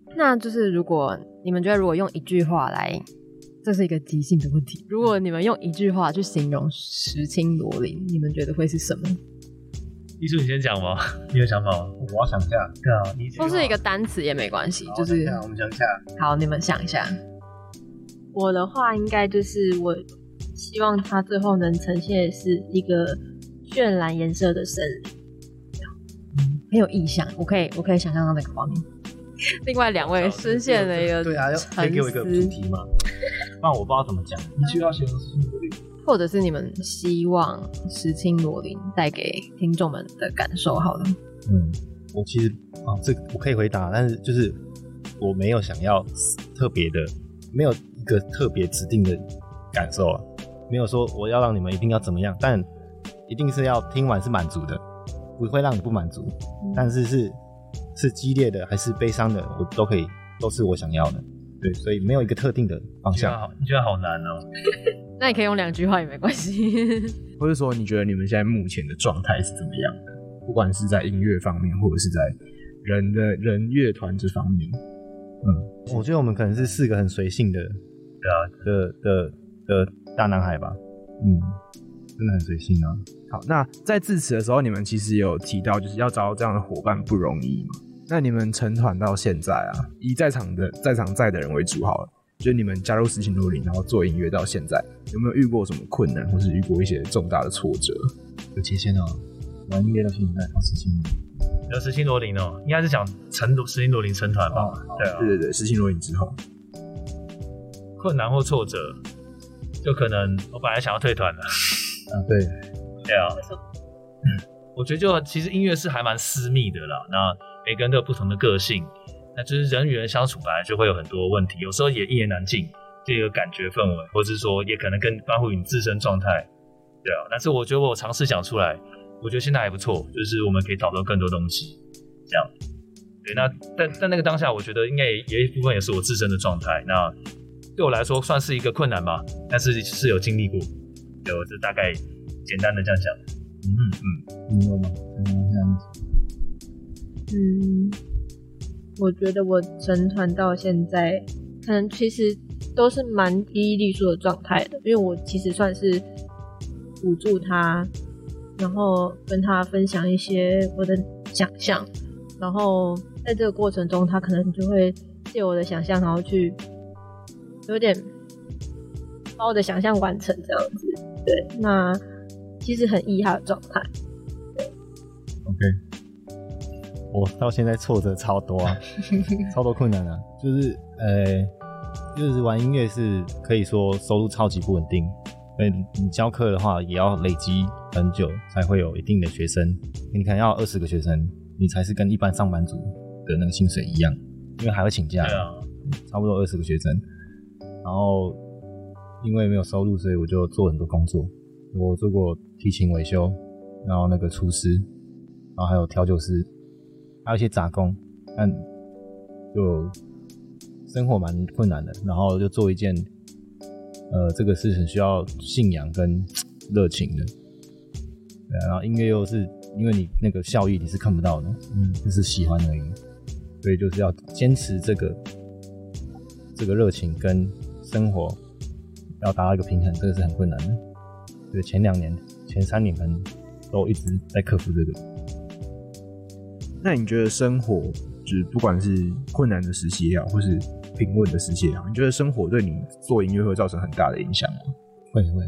S6: 那就是如果你们觉得如果用一句话来，这是一个即兴的问题。如果你们用一句话去形容石青罗林，你们觉得会是什么？
S5: 艺术，你先讲吧，你有想法吗？
S4: 我要想一下，
S5: 对啊，你
S6: 或是一个单词也没关系，
S4: 好
S6: 就是
S4: 我想一下我们想一下，
S6: 好，你们想一下。
S3: 我的话应该就是我希望它最后能呈现的是一个渲染颜色的森林。
S6: 嗯很有意向，我可以我可以想象到那个画面。另外两位深陷了一个
S4: 对啊，要可以
S6: 沉
S4: 给我一个主
S6: 思，
S4: 题嘛，不然我不知道怎么讲。一句要形容是魔力，
S6: 或者是你们希望石青罗林带给听众们的感受，好了，
S4: 嗯，我其实啊，这个我可以回答，但是就是我没有想要特别的，没有一个特别指定的感受啊，没有说我要让你们一定要怎么样，但一定是要听完是满足的，不会让你不满足，但是是是激烈的还是悲伤的，我都可以，都是我想要的。对，所以没有一个特定的方
S5: 你觉得
S4: 向。
S5: 好，你觉得好难哦。
S6: 那你可以用两句话也没关系。
S3: <laughs>
S2: 或者说你觉得你们现在目前的状态是怎么样的？不管是在音乐方面，或者是在人的人乐团这方面，
S4: 我觉得我们可能是四个很随性的，对啊，的的的大男孩吧。嗯，真的很随性啊。
S2: 好，那在致辞的时候，你们其实有提到，就是要找到这样的伙伴不容易嘛。那你们成团到现在啊，以在场的在场在的人为主好了，就是你们加入实情录林，然后做音乐到现在，有没有遇过什么困难，或是遇过一些重大的挫折？
S4: 有界限哦。玩音乐到现在好事情
S5: 有石青罗林哦，应该是讲成都石青罗林成团吧？对啊，
S2: 对对对，实情录林之后，
S5: 困难或挫折，就可能我本来想要退团的，
S4: 啊，对，
S5: 对啊。嗯我觉得就其实音乐是还蛮私密的啦，那每个人都有不同的个性，那就是人与人相处本来就会有很多问题，有时候也一言难尽，这个感觉氛围，或者是说也可能更关乎于你自身状态，对啊。但是我觉得我尝试想出来，我觉得现在还不错，就是我们可以讨论更多东西，这样。对，那但但那个当下，我觉得应该也也有一部分也是我自身的状态，那对我来说算是一个困难吧，但是是有经历过，对，我就大概简单的这样讲。嗯嗯。
S4: 你有吗？嗯，
S3: 嗯，我觉得我成团到现在，可能其实都是蛮低利数的状态的，因为我其实算是辅助他，然后跟他分享一些我的想象，然后在这个过程中，他可能就会借我的想象，然后去有点把我的想象完成这样子。对，
S6: 嗯
S3: 那其实很依他的状态。
S4: 我到现在挫折超多 <laughs> 啊，超多困难啊，就是呃，就是玩音乐是可以说收入超级不稳定，所以你教课的话也要累积很久才会有一定的学生，你可能要二十个学生，你才是跟一般上班族的那个薪水一样，因为还会请假。
S5: 对啊，
S4: 差不多二十个学生，然后因为没有收入，所以我就做很多工作。我做过提琴维修，然后那个厨师，然后还有调酒师，还有一些杂工，但就生活蛮困难的。然后就做一件，呃，这个是很需要信仰跟热情的。对啊、然后音乐又是因为你那个效益你是看不到的，嗯，就是喜欢而已，所以就是要坚持这个这个热情跟生活要达到一个平衡，这个是很困难的。对，前两年、前三年可能都一直在克服这个。
S2: 那你觉得生活，就是不管是困难的时期也好，或是平稳的时期也好，你觉得生活对你做音乐会造成很大的影响吗？
S4: 会会，会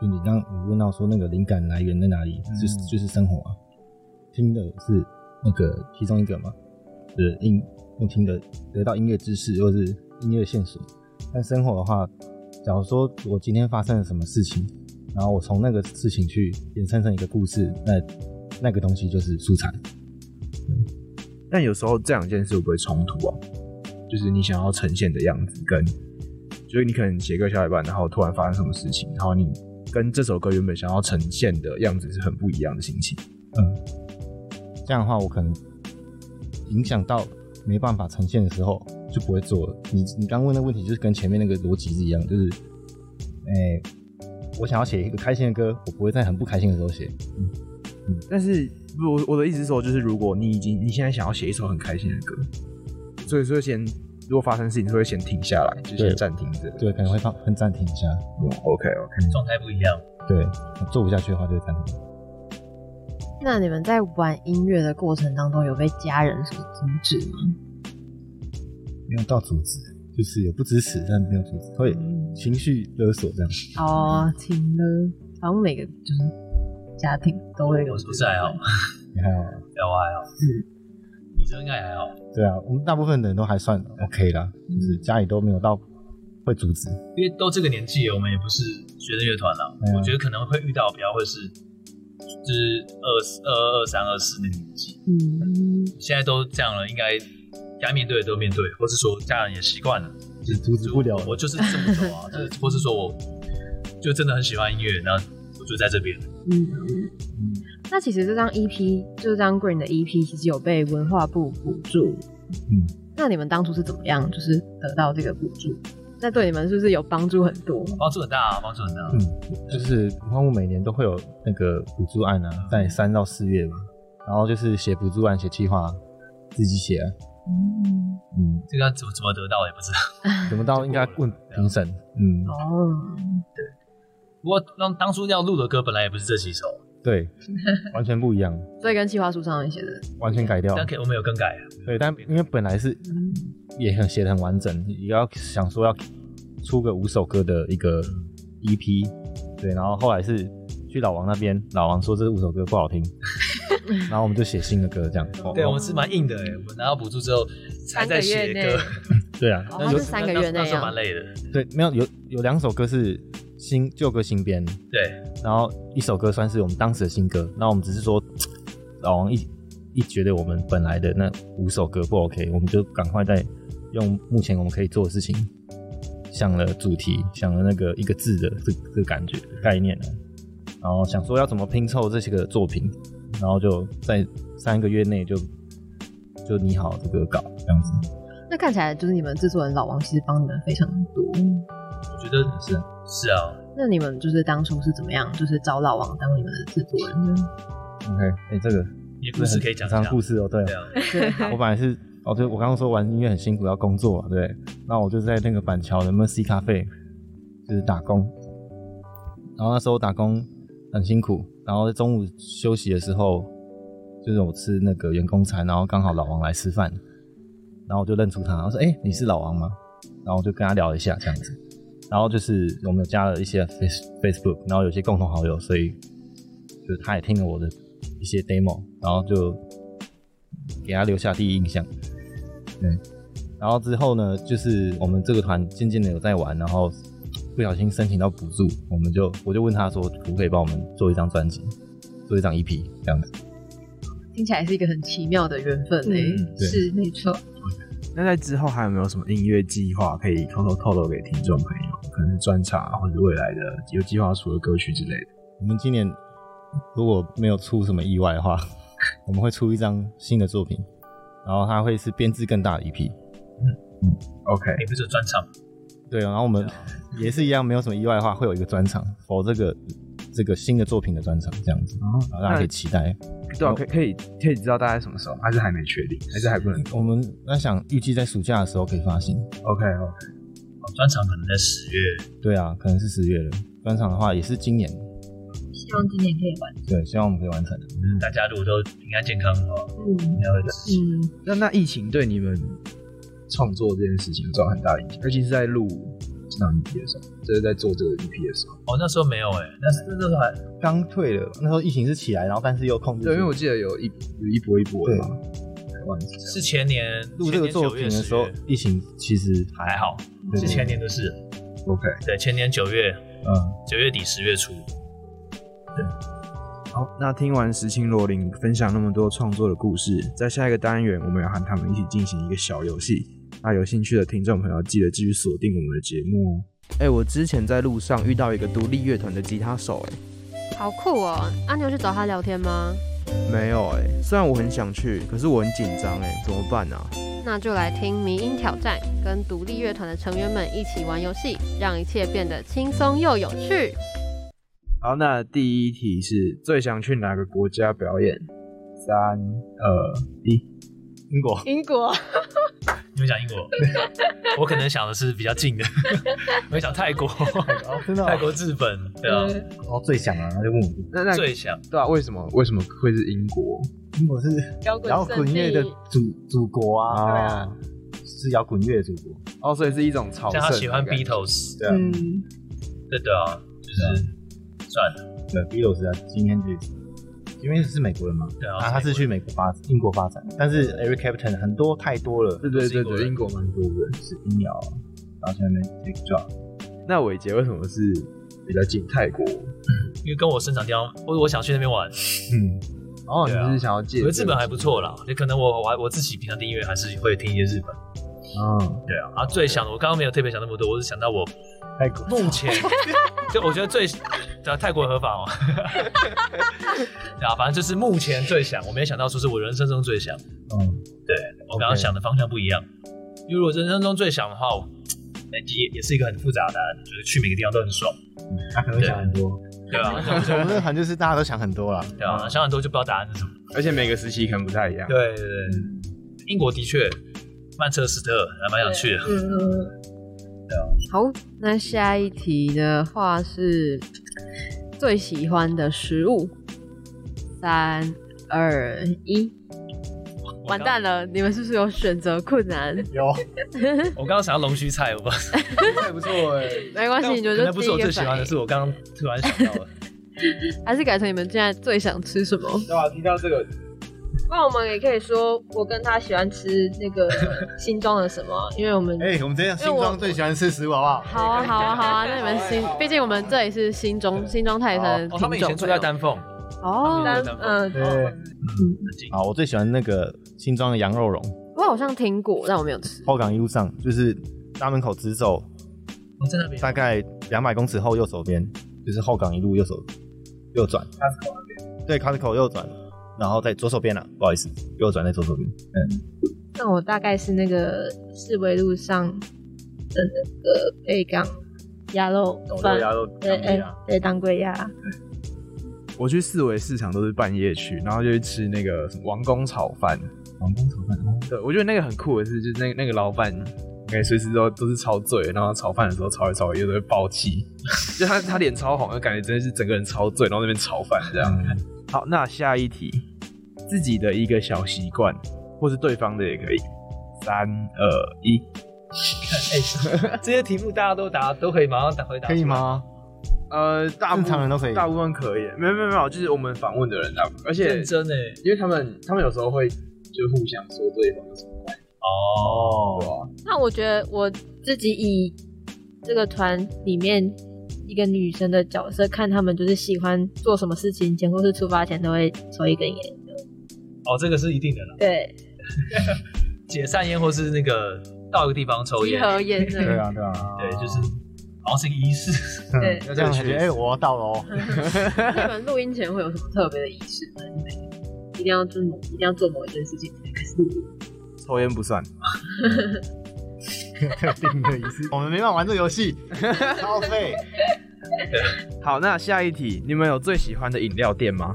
S4: 就你刚你问到说那个灵感来源在哪里，就是就是生活啊，听的是那个其中一个嘛，就是音用听的得到音乐知识或是音乐线索。但生活的话，假如说我今天发生了什么事情，然后我从那个事情去衍生成一个故事，那那个东西就是素材。
S2: 但有时候这两件事会不会冲突啊？就是你想要呈现的样子跟，就就是你可能写歌小一半，然后突然发生什么事情，然后你跟这首歌原本想要呈现的样子是很不一样的心情。
S4: 这样的话，我可能影响到没办法呈现的时候，就不会做了。你你刚问的问题就是跟前面那个逻辑是一样，就是，哎、我想要写一个开心的歌，我不会在很不开心的时候写。
S2: 但是不，我我的意思是说，就是如果你已经你现在想要写一首很开心的歌，所以说先如果发生事情，就会先停下来，就
S4: 对
S2: 先暂停这个。
S4: 对，可能会放会暂停一下。
S2: ，OK OK。
S5: 状态不一样。
S4: 对，做不下去的话就会暂停。
S6: 那你们在玩音乐的过程当中，有被家人所阻止吗？
S4: 没有到阻止，就是有不支持，但没有阻止，会情绪勒索这样。
S6: 嗯哦，听了，好像每个就是家庭都会有
S5: 我是不哦是还好？
S4: 你还好啊？
S5: 对我还好。嗯，你这应该也还好。
S4: 对啊，我们大部分的人都还算 OK 啦，就是家里都没有到会阻止。
S5: 因为都这个年纪了，我们也不是学生乐团了。
S4: 嗯
S5: 我觉得可能会遇到比较会是，就是二二二三二四的年纪，
S6: 嗯，
S5: 现在都这样了，应该该面对的都面对，或是说家人也习惯了，
S4: 就是阻止不了
S5: 我就是这么走啊， <laughs> 就是或是说我就真的很喜欢音乐，那我就在这边。
S6: 那其实这张 EP，就是这张 Green 的 EP，其实有被文化部补助。
S4: 嗯，
S6: 那你们当初是怎么样，就是得到这个补助？那对你们是不是有帮助很多？
S5: 帮助很大、啊，帮助很大、
S4: 嗯，就是文化部每年都会有那个补助案啊，在三到四月吧，然后就是写补助案、写计划，自己写啊。嗯，
S5: 这个要怎么怎么得到也不知道。
S4: 怎么到应该问评审。嗯，
S6: 哦，
S5: 不过当当初要录的歌本来也不是这几首，
S4: 对，完全不一样，
S6: 所以跟计划书上面写的，
S4: 完全改掉。
S5: 但可以我们有更改啊。
S4: 对，但因为本来是也很写的很完整，也要想说要出个五首歌的一个 EP，对，然后后来是去老王那边，老王说这五首歌不好听，然后我们就写新的歌这样。哦
S5: 对，我们是蛮硬的哎，我们拿到补助之后才在写
S6: 三个月
S5: 歌
S6: 内，
S4: 对啊，
S6: 哦，它
S5: 那时
S6: 是
S5: 候
S6: 三个月
S5: 那
S6: 内
S5: 那时候
S6: 啊
S5: 蛮。累的。
S4: 对，没有有有两首歌是新旧歌新编，
S5: 对，
S4: 然后一首歌算是我们当时的新歌，那我们只是说老王一一觉得我们本来的那五首歌不 OK，我们就赶快再用目前我们可以做的事情，想了主题，想了那个一个字的这这个感觉概念啊，然后想说要怎么拼凑这些个作品，然后就在三个月内就就拟好这个稿这样子，
S6: 那看起来就是你们制作人老王其实帮你们非常多。
S5: 我觉得
S4: 是啊
S5: 是啊，
S6: 那你们就是当初是怎么样，就是找老王当你们的制作人呢？
S4: OK，哎、这个
S5: 你的故事可以讲一下
S4: 很长。故事哦，对啊
S5: 对啊，
S4: 我本来是哦，对，我刚刚说玩音乐很辛苦，要工作嘛，对。那我就在那个板桥的 Mercy 咖啡，就是打工。然后那时候打工很辛苦，然后中午休息的时候，就是我吃那个员工餐，然后刚好老王来吃饭，然后我就认出他，我说：“哎、你是老王吗？”然后我就跟他聊一下这样子。然后就是我们有加了一些 Face Facebook，然后有些共同好友，所以就他也听了我的一些 demo，然后就给他留下第一印象。对，然后之后呢，就是我们这个团渐渐的有在玩，然后不小心申请到补助，我们就我就问他说，可不可以帮我们做一张专辑，做一张 EP 这样子。
S6: 听起来是一个很奇妙的缘分欸诶、
S4: 嗯对
S3: 是没错，
S2: 那在之后还有没有什么音乐计划可以偷偷透露给听众朋友？可能是专场啊或者未来的有计划出的歌曲之类的。
S4: 我们今年如果没有出什么意外的话，我们会出一张新的作品，然后它会是编制更大的 E EP。
S2: OK，
S5: 你不是有专场，哦
S4: 对，啊然后我们也是一样，没有什么意外的话，会有一个专场，否这个这个新的作品的专场这样子，然后大家可以期待。
S2: 对啊，可以可以可以知道大概什么时候吗？还是还没确定，还是还不能
S4: 我们在想，预计在暑假的时候可以发行。
S2: ？OK OK，
S5: 哦专场可能在十月，
S4: 对啊，可能是十月了。专场的话也是今年，
S3: 希望今年可以玩。
S4: 对，希望我们可以完成。
S5: 嗯大家如果都平安健康的话，
S3: 嗯
S5: 应该会支持。
S3: 嗯，
S4: <laughs>
S2: 那那疫情对你们创作这件事情有造成很大的影响，尤其是在录这张 EP 的时候，就是在做这个 EP 的时候。
S5: 哦，那时候没有哎，但是那时候还
S4: 刚退了，那时候疫情是起来，然后但是又控制住。
S2: 对，因为我记得有一有一波一波的嘛，台湾是这样
S5: 是前年
S4: 录这个作品的时候
S5: 前年九月十月，
S4: 疫情其实还
S5: 还好，
S4: 对
S5: 是前年的事。
S2: OK，
S5: 对，前年九月
S4: 嗯。
S5: 九月底十月初，
S2: 好，那听完石青罗琳分享那么多创作的故事，在下一个单元，我们要和他们一起进行一个小游戏。那有兴趣的听众朋友，记得继续锁定我们的节目哦。哎、我之前在路上遇到一个独立乐团的吉他手、
S1: 好酷哦！阿牛去找他聊天吗？
S2: 哎，没有哎、虽然我很想去，可是我很紧张哎，怎么办啊？
S1: 那就来听迷音挑战，跟独立乐团的成员们一起玩游戏，让一切变得轻松又有趣。
S2: 好，那第一题是最想去哪个国家表演？三二一，
S4: 英国
S1: 英国，
S5: 你们讲英国，我可能想的是比较近的，我想泰国、
S4: 哦，真的
S5: 泰国、日本，对啊，
S4: 哦最想啊，他就问我，
S2: 那那
S5: 最想
S2: 对啊，为什么为什么会是英国？
S4: 英国是
S3: 摇滚
S4: 摇滚乐的
S3: 圣地
S4: 祖祖国
S2: 对
S4: 啊
S2: 啊，
S4: 是摇滚乐的祖国，
S2: 哦，所以是一种朝圣的
S5: 像
S2: 感觉。
S5: 他喜欢 Beatles，
S4: 对啊，
S3: 嗯，
S5: 对对啊，就是
S4: 啊
S5: 算了，
S4: 对，Beatles 啊，今天就是。因为是美国人嘛，
S5: 对啊
S4: 啊，他是去美国发英国发展，但是 Eric Clapton 很多太多了，
S2: 对对对
S5: 是英国
S2: 对，
S5: 人
S2: 英国蛮多的。
S4: 是音摇啊，然后现在 Take Drop，
S2: 那伟杰为什么是比较近泰国？
S5: 因为跟我生长地方，或者我想去那边玩，
S4: 嗯，
S2: 哦，
S5: 对啊
S2: 你是想要借
S5: 我觉得日本还不错啦，就可能我我还我自己平常听音乐还是会听一些日本，
S4: 嗯，
S5: 对啊，啊最想的我刚刚没有特别想那么多，我是想到我
S4: 泰国
S5: 目
S6: <laughs>
S5: 前就我觉得最对啊泰国合法哦，对啊，反正就是目前最想，我没想到说是我人生中最想，
S4: 嗯，
S5: 我刚刚想的方向不一样。因为如果人生中最想的话，我哎也也是一个很复杂的答案，就是去每个地方都很爽，
S4: 他可能会想很多，
S2: 嗯
S5: 对啊，
S6: <laughs>
S4: 我们的团就是大家都想很多啦，
S5: 对啊，想很多就不知道答案是什么。
S2: 而且每个时期可能不太一样。
S5: 对对对，英国的确，曼彻斯特还蛮想去的。
S3: 嗯嗯，
S6: 好，那下一题的话是最喜欢的食物，三二一，完蛋了，你们是不是有选 <laughs> 择困难？
S4: 有，
S5: 我刚刚想要龙须菜，我不知道，
S2: 还不错哎。
S1: 欸
S6: 没关系，你们
S5: 可
S6: 就
S5: 能不
S6: 第
S5: 是我
S6: 一
S5: 最
S6: 个
S5: 喜欢
S6: 反
S5: 的，
S6: 应，
S5: 是我刚刚突然想到的。
S6: 还是改成你们现在最想吃什么？
S2: 对啊，听到这个，
S3: 那我们也可以说，我跟他喜欢吃那个 <laughs> 新装的什么，因为我们
S4: <laughs> 哎，我们这样新
S3: 因为
S4: 装
S3: 我
S4: 最喜欢吃食物好不好？
S6: 好啊，好啊，好啊！那你们新，毕竟我们这里是新中新中泰山
S5: 哦，他们以前住在丹凤，
S6: 哦，
S3: 单
S5: 哦
S3: 嗯
S4: 对，
S5: 很近
S4: 好，我最喜欢那个新装的羊肉笼，
S6: 我好像听过，但我没有吃。
S4: 后港一路上就是大门口直走，
S5: 我在那边。
S4: 大概两百公尺后右手边，就是后港一路右手右转，Costco 那边，对，Costco 右转，然后在左手边啊，不好意思，右转在左手边，嗯，
S3: 那我大概是那个四维路上的那个贝港鸭肉饭，
S4: 肉
S3: 对，哎、
S5: 啊
S3: 对，当归鸭，
S2: 我去四维市场都是半夜去，然后就去吃那个什么王宫炒饭。
S4: 王宫炒饭，哦
S2: 对，我觉得那个很酷的是，就是那那个老板，可以随时都都是超醉，然后炒饭的时候炒一炒，有的会爆气，就他他脸超红，就感觉真的是整个人超醉，然后那边炒饭这样。
S4: 嗯
S2: 好，那下一题，自己的一个小习惯，或是对方的也可以。三二一，
S5: 哎， <laughs> 这些题目大家都答，都可以马上答回答。
S4: 可以？吗？
S2: 呃，大部
S4: 啊正常人都可以
S2: 大部分可以，没有没有没有，就是我们访问的人大部分，而且
S5: 认真哎。
S2: 因为他们他们有时候会就互相说对方有什么
S5: 哦，
S2: 对啊
S3: 那我觉得我自己以这个团里面一个女生的角色，看他们就是喜欢做什么事情前或是出发前都会抽一根烟。
S5: 哦，这个是一定的啦。
S3: 对，
S5: 解散烟或是那个到一个地方抽
S6: 集
S5: 烟，
S6: 合烟这
S4: 对
S6: 样，
S4: 啊，对啊，
S5: 对，就是好像是一个仪式。 <laughs>
S3: 对
S4: 嗯要这样感觉，哎，我要到喽，
S6: 那你们录音前会有什么特别的仪式吗？你们一定要做某一定要做某一件事情才开始录音。
S2: 抽烟不算。
S4: 特定的仪式，我们没办法玩这个游戏，超费，
S2: 好，那下一题，你们有最喜欢的饮料店吗？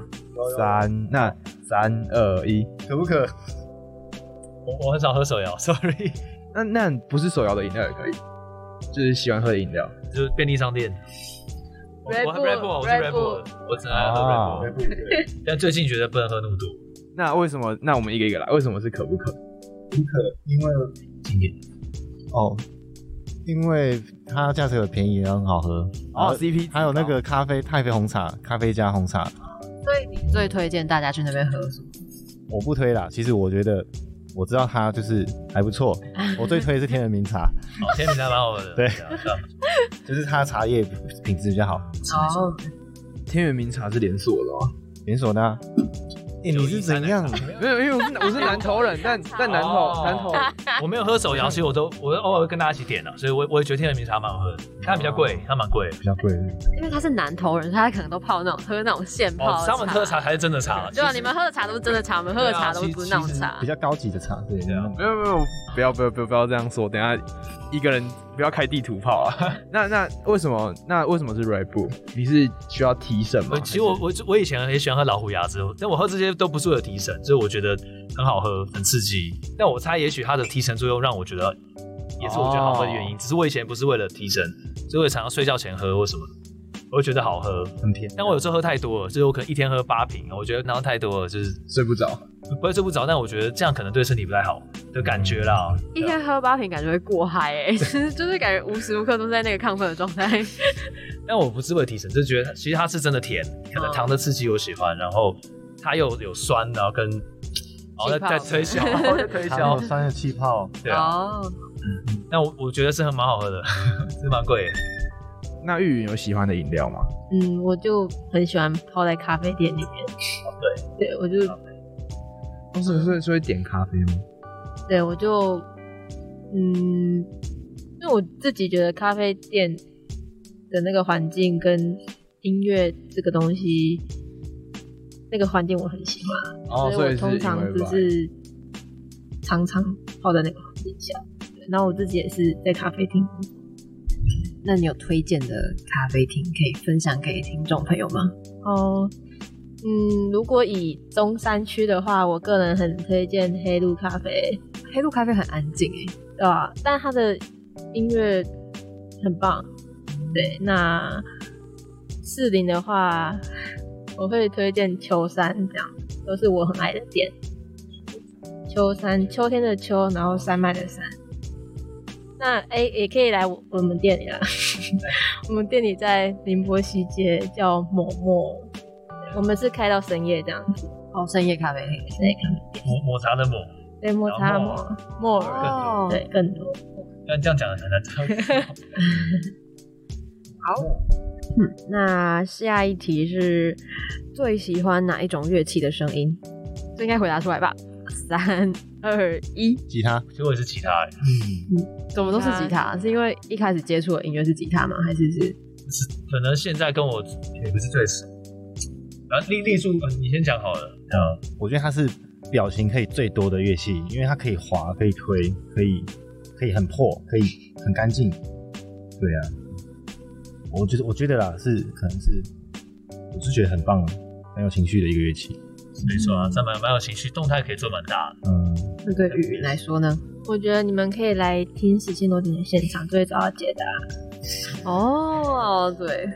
S2: 三，那三二一，
S4: 可不可？
S5: 我我很少喝手摇，sorry， <laughs>
S2: 那那不是手摇的饮料也可以，就是喜欢喝的饮料。
S5: 就是便利商店。我我
S3: Red
S5: 喝
S3: Bull，
S5: Red Bull，我是
S3: Red
S5: Red Bull，我只爱喝 Red Bull，但 <laughs> 最近觉得不能喝那么多。
S2: 那为什么？那我们一个一个来，为什么是可不可？
S4: 因为
S5: 经典
S4: 哦，因为它价格便宜，然后很好喝，然后
S2: 哦，CP 值高
S4: 还有那个咖啡太妃红茶，咖啡加红茶，
S6: 所以你最推荐大家去那边喝什么？
S4: 我不推啦。其实我觉得我知道它就是还不错，我最推的是天人茗茶，
S5: 哦，天平还蛮好喝的。
S4: 对哎
S5: 啊，啊
S4: 就是它茶叶品质比较好，
S6: 哦，
S2: 天元茗茶是连锁的吗？哦
S4: 连锁的啊、哎你是怎样？
S2: 没有，因为我是我是南投人，但但南投
S5: 哦
S2: 南投
S5: 我没有喝手摇，其实我都我偶尔会跟大家一起点的，所以我我也觉得天人茗茶蛮好喝的，它比较贵，
S6: 哦
S5: 它蛮贵的。
S4: 比较贵的，
S6: 因为他是南投人，所以他可能都泡那种喝那种现泡
S5: 哦
S6: 的，茶。
S5: 他们喝的茶啊才是真的茶，
S6: 对啊，你们喝的茶都是真的茶，我们喝的茶都不是那种茶
S4: 比。较高级的茶，对，这样
S2: 没有没有，不要不要不要不要这样说，等一下一个人不要开地图炮啊。 <laughs> 那那为什么那为什么是 Red Bull？你是需要提神吗
S5: 我？其实我我我以前也喜欢喝老虎牙子，但我喝这些都不是为了提神，就是我觉得很好喝，很刺激。但我猜也许它的提神作用让我觉得，也是我觉得好喝的原因。只是我以前不是为了提神，所以我常常睡觉前喝或什么，我会觉得好喝。
S4: 很便宜，
S5: 但我有时候喝太多了，就是我可能一天喝八瓶，我觉得然后太多了，就是
S2: 睡不着。
S5: 不会睡不着。但我觉得这样可能对身体不太好的感觉啦。
S6: 一天喝八瓶，感觉会过嗨
S5: <laughs>
S6: 哎、就是就是感觉无时无刻都在那个亢奋的状态。
S5: 但我不是为了提神，就觉得其实它是真的甜，可能糖的刺激我喜欢，然后它又有酸，然后跟然后在在推销，
S6: <laughs>
S5: 在推销
S4: 有，酸的气泡，
S5: 对啊。
S6: 哦，
S5: 那我我觉得是很蛮好喝的，是蛮贵的。
S2: 那玉云有喜欢的饮料吗？
S3: 嗯，我就很喜欢泡在咖啡店里面。
S5: 哦
S3: 对，对我就
S2: 不哦是，所以所以点咖啡吗？
S3: 对我就嗯，因为我自己觉得咖啡店的那个环境跟音乐这个东西，那个环境我很喜欢，
S2: 哦，
S3: 所
S2: 所
S3: 以
S2: 以
S3: 我
S2: 是
S3: 通
S2: 因
S3: 常
S2: 为
S3: 就
S2: vibe
S3: 是常常泡在那个环境下。对然后我自己也是 <laughs> 在咖啡厅工作
S6: 那你有推荐的咖啡厅可以分享给听众朋友吗？
S3: 哦，嗯，如果以中山区的话，我个人很推荐黑鹿咖啡，
S6: 黑鹿咖啡很安静哎、
S3: 对吧、呃但它的音乐很棒，对。那士林的话，我会推荐秋山，这样都是我很爱的店。秋山，秋天的秋，然后山脉的山。那哎、也可以来我我们店里啦。 <laughs> 我们店里在宁波西街，叫某某，我们是开到深夜这样子。
S6: 哦，深夜咖啡厅。
S3: 深夜开
S5: 抹抹茶的抹，
S3: 对，抹茶
S5: 然后
S3: 抹摩
S5: 更
S3: 尔，
S5: 多。
S6: 哦
S3: 对，更多。
S5: 但这样讲很难讲。
S1: 那下一题是最喜欢哪一种乐器的声音？这应该回答出来吧？三二一，
S4: 吉他，
S5: 结果也是其他欸，
S1: 怎么都是吉他？是因为一开始接触的音乐是吉他吗？还是是
S5: 可能现在跟我也不是最熟。啊，立立柱，呃你先讲好了。
S4: 呃，我觉得它是表情可以最多的乐器，因为它可以滑，可以推，可以可以很破，可以很干净。对啊，我觉得我觉得啦，是可能是我是觉得很棒，很有情绪的一个乐器。
S5: 没错啊，这蛮蛮有情绪，动态可以做蛮大的。
S4: 嗯，
S6: 那对雨云来说呢？
S3: 我觉得你们可以来听《实现罗点》的现场，就会找到解答。
S6: 哦，对。 <laughs>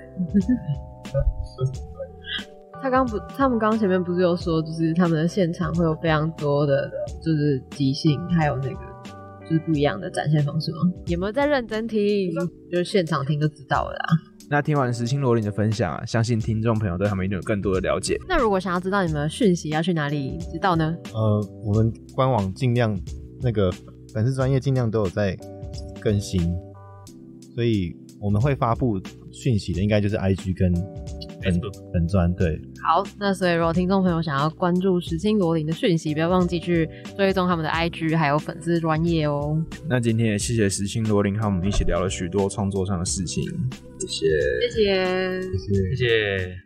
S6: 他刚不，他们刚前面不是有说，就是他们的现场会有非常多的，就是即兴，还有那个就是不一样的展现方式吗？有没有在认真听？就是现场听就知道了啦。
S2: 那听完石青罗琳的分享啊，相信听众朋友对他们一定有更多的了解。
S6: 那如果想要知道你们的讯息，要去哪里知道呢？
S4: 呃，我们官网尽量那个粉丝专业尽量都有在更新，所以我们会发布讯息的，应该就是 IG 跟粉
S5: Facebook
S4: 粉专对。
S6: 好，那所以如果听众朋友想要关注石青罗琳的讯息，不要忘记去追踪他们的 IG 还有粉丝专业哦。
S2: 那今天也谢谢石青罗琳和我们一起聊了许多创作上的事情，谢谢。
S6: 谢谢。
S5: 谢谢。